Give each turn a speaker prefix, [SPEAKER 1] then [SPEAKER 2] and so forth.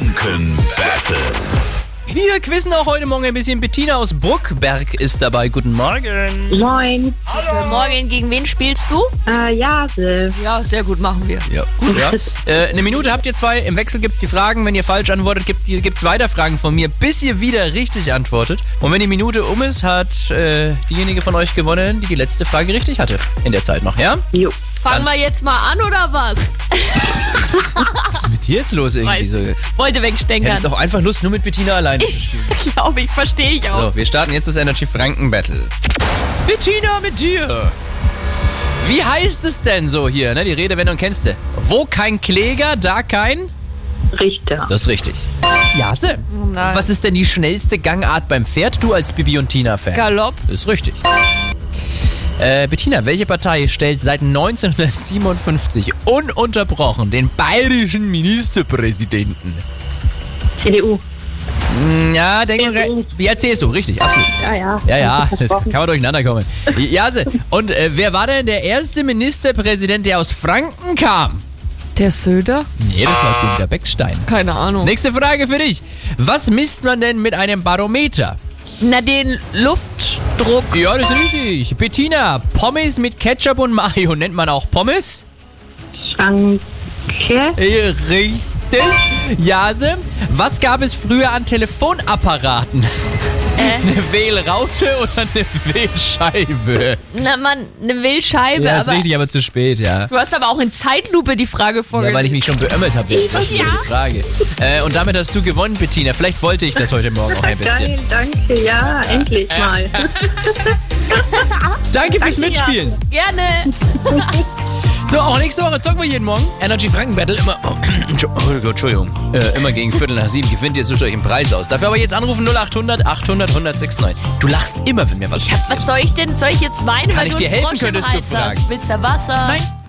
[SPEAKER 1] Kitchen Battle.
[SPEAKER 2] Wir quizzen auch heute Morgen ein bisschen. Bettina aus Bruckberg ist dabei. Guten Morgen.
[SPEAKER 3] Moin.
[SPEAKER 4] Morgen, gegen wen spielst du?
[SPEAKER 3] Äh, Jasel.
[SPEAKER 4] Ja, sehr gut, machen wir.
[SPEAKER 2] Ja, gut, ja. Äh, eine Minute habt ihr zwei. Im Wechsel gibt's die Fragen. Wenn ihr falsch antwortet, gibt es weiter Fragen von mir, bis ihr wieder richtig antwortet. Und wenn die Minute um ist, hat äh, diejenige von euch gewonnen, die die letzte Frage richtig hatte. In der Zeit noch, ja?
[SPEAKER 3] Jo.
[SPEAKER 4] Fangen wir jetzt mal an, oder was?
[SPEAKER 2] Was ist mit dir jetzt los irgendwie?
[SPEAKER 4] Weiß
[SPEAKER 2] So,
[SPEAKER 4] nicht.
[SPEAKER 2] ich
[SPEAKER 4] Wollte
[SPEAKER 2] hätte jetzt
[SPEAKER 4] wegstänkern.
[SPEAKER 2] auch einfach Lust, nur mit Bettina alleine zu spielen.
[SPEAKER 4] Glaube ich, verstehe ich auch.
[SPEAKER 2] So, wir starten jetzt das Energy Franken Battle. Bettina mit dir. Wie heißt es denn so hier, ne? Die Redewendung kennst du. Wo kein Kläger, da kein?
[SPEAKER 3] Richter.
[SPEAKER 2] Das ist richtig. Jase.
[SPEAKER 4] nein.
[SPEAKER 2] Was ist denn die schnellste Gangart beim Pferd, du als Bibi und Tina-Fan?
[SPEAKER 4] Galopp.
[SPEAKER 2] Ist richtig. Äh, Bettina, welche Partei stellt seit 1957 ununterbrochen den bayerischen Ministerpräsidenten?
[SPEAKER 3] CDU.
[SPEAKER 2] Ja, denke
[SPEAKER 3] CSU.
[SPEAKER 2] Ja, CSU, richtig, absolut.
[SPEAKER 3] Ja, ja.
[SPEAKER 2] Ja, ja, das kann
[SPEAKER 3] Versprochen.
[SPEAKER 2] man durcheinander kommen. Jase, und äh, wer war denn der erste Ministerpräsident, der aus Franken kam?
[SPEAKER 4] Der Söder?
[SPEAKER 2] Nee, das war Günter Beckstein.
[SPEAKER 4] Keine Ahnung.
[SPEAKER 2] Nächste Frage für dich. Was misst man denn mit einem Barometer?
[SPEAKER 4] Na, den Luftdruck.
[SPEAKER 2] Ja, das ist richtig. Bettina, Pommes mit Ketchup und Mayo nennt man auch Pommes?
[SPEAKER 3] Danke.
[SPEAKER 2] Äh, Richtig. Jase, was gab es früher an Telefonapparaten?
[SPEAKER 4] äh,
[SPEAKER 2] Eine Wählraute oder eine Wählscheibe?
[SPEAKER 4] Na, man, eine Wildscheibe.
[SPEAKER 2] Ja, ist
[SPEAKER 4] aber
[SPEAKER 2] richtig, aber zu spät, ja.
[SPEAKER 4] du hast aber auch in Zeitlupe die Frage
[SPEAKER 2] Ja, weil
[SPEAKER 4] vorgelegt.
[SPEAKER 2] ich mich schon beömmelt habe. Das war schon
[SPEAKER 4] Ja.
[SPEAKER 2] wieder die Frage. Äh, und damit hast du gewonnen, Bettina. Vielleicht wollte ich das heute Morgen auch ein bisschen.
[SPEAKER 3] Geil, danke. Ja, endlich mal.
[SPEAKER 2] Danke fürs
[SPEAKER 3] Danke, ja.
[SPEAKER 2] Mitspielen.
[SPEAKER 4] Gerne.
[SPEAKER 2] So, auch nächste Woche zocken wir jeden Morgen. Energy Franken Battle immer. Oh, Entschuldigung, Entschuldigung. Äh, immer gegen Viertel nach sieben gewinnt ihr sucht euch einen Preis aus. Dafür aber jetzt anrufen 0800 800 1069. Du lachst immer, wenn mir was.
[SPEAKER 4] Was soll ich denn? Soll ich jetzt meinen,
[SPEAKER 2] Kann
[SPEAKER 4] weil
[SPEAKER 2] ich
[SPEAKER 4] du
[SPEAKER 2] dir
[SPEAKER 4] einen
[SPEAKER 2] helfen,
[SPEAKER 4] Frosch im
[SPEAKER 2] könntest du
[SPEAKER 4] Hals
[SPEAKER 2] fragen.
[SPEAKER 4] hast? Willst du Wasser?
[SPEAKER 2] Nein.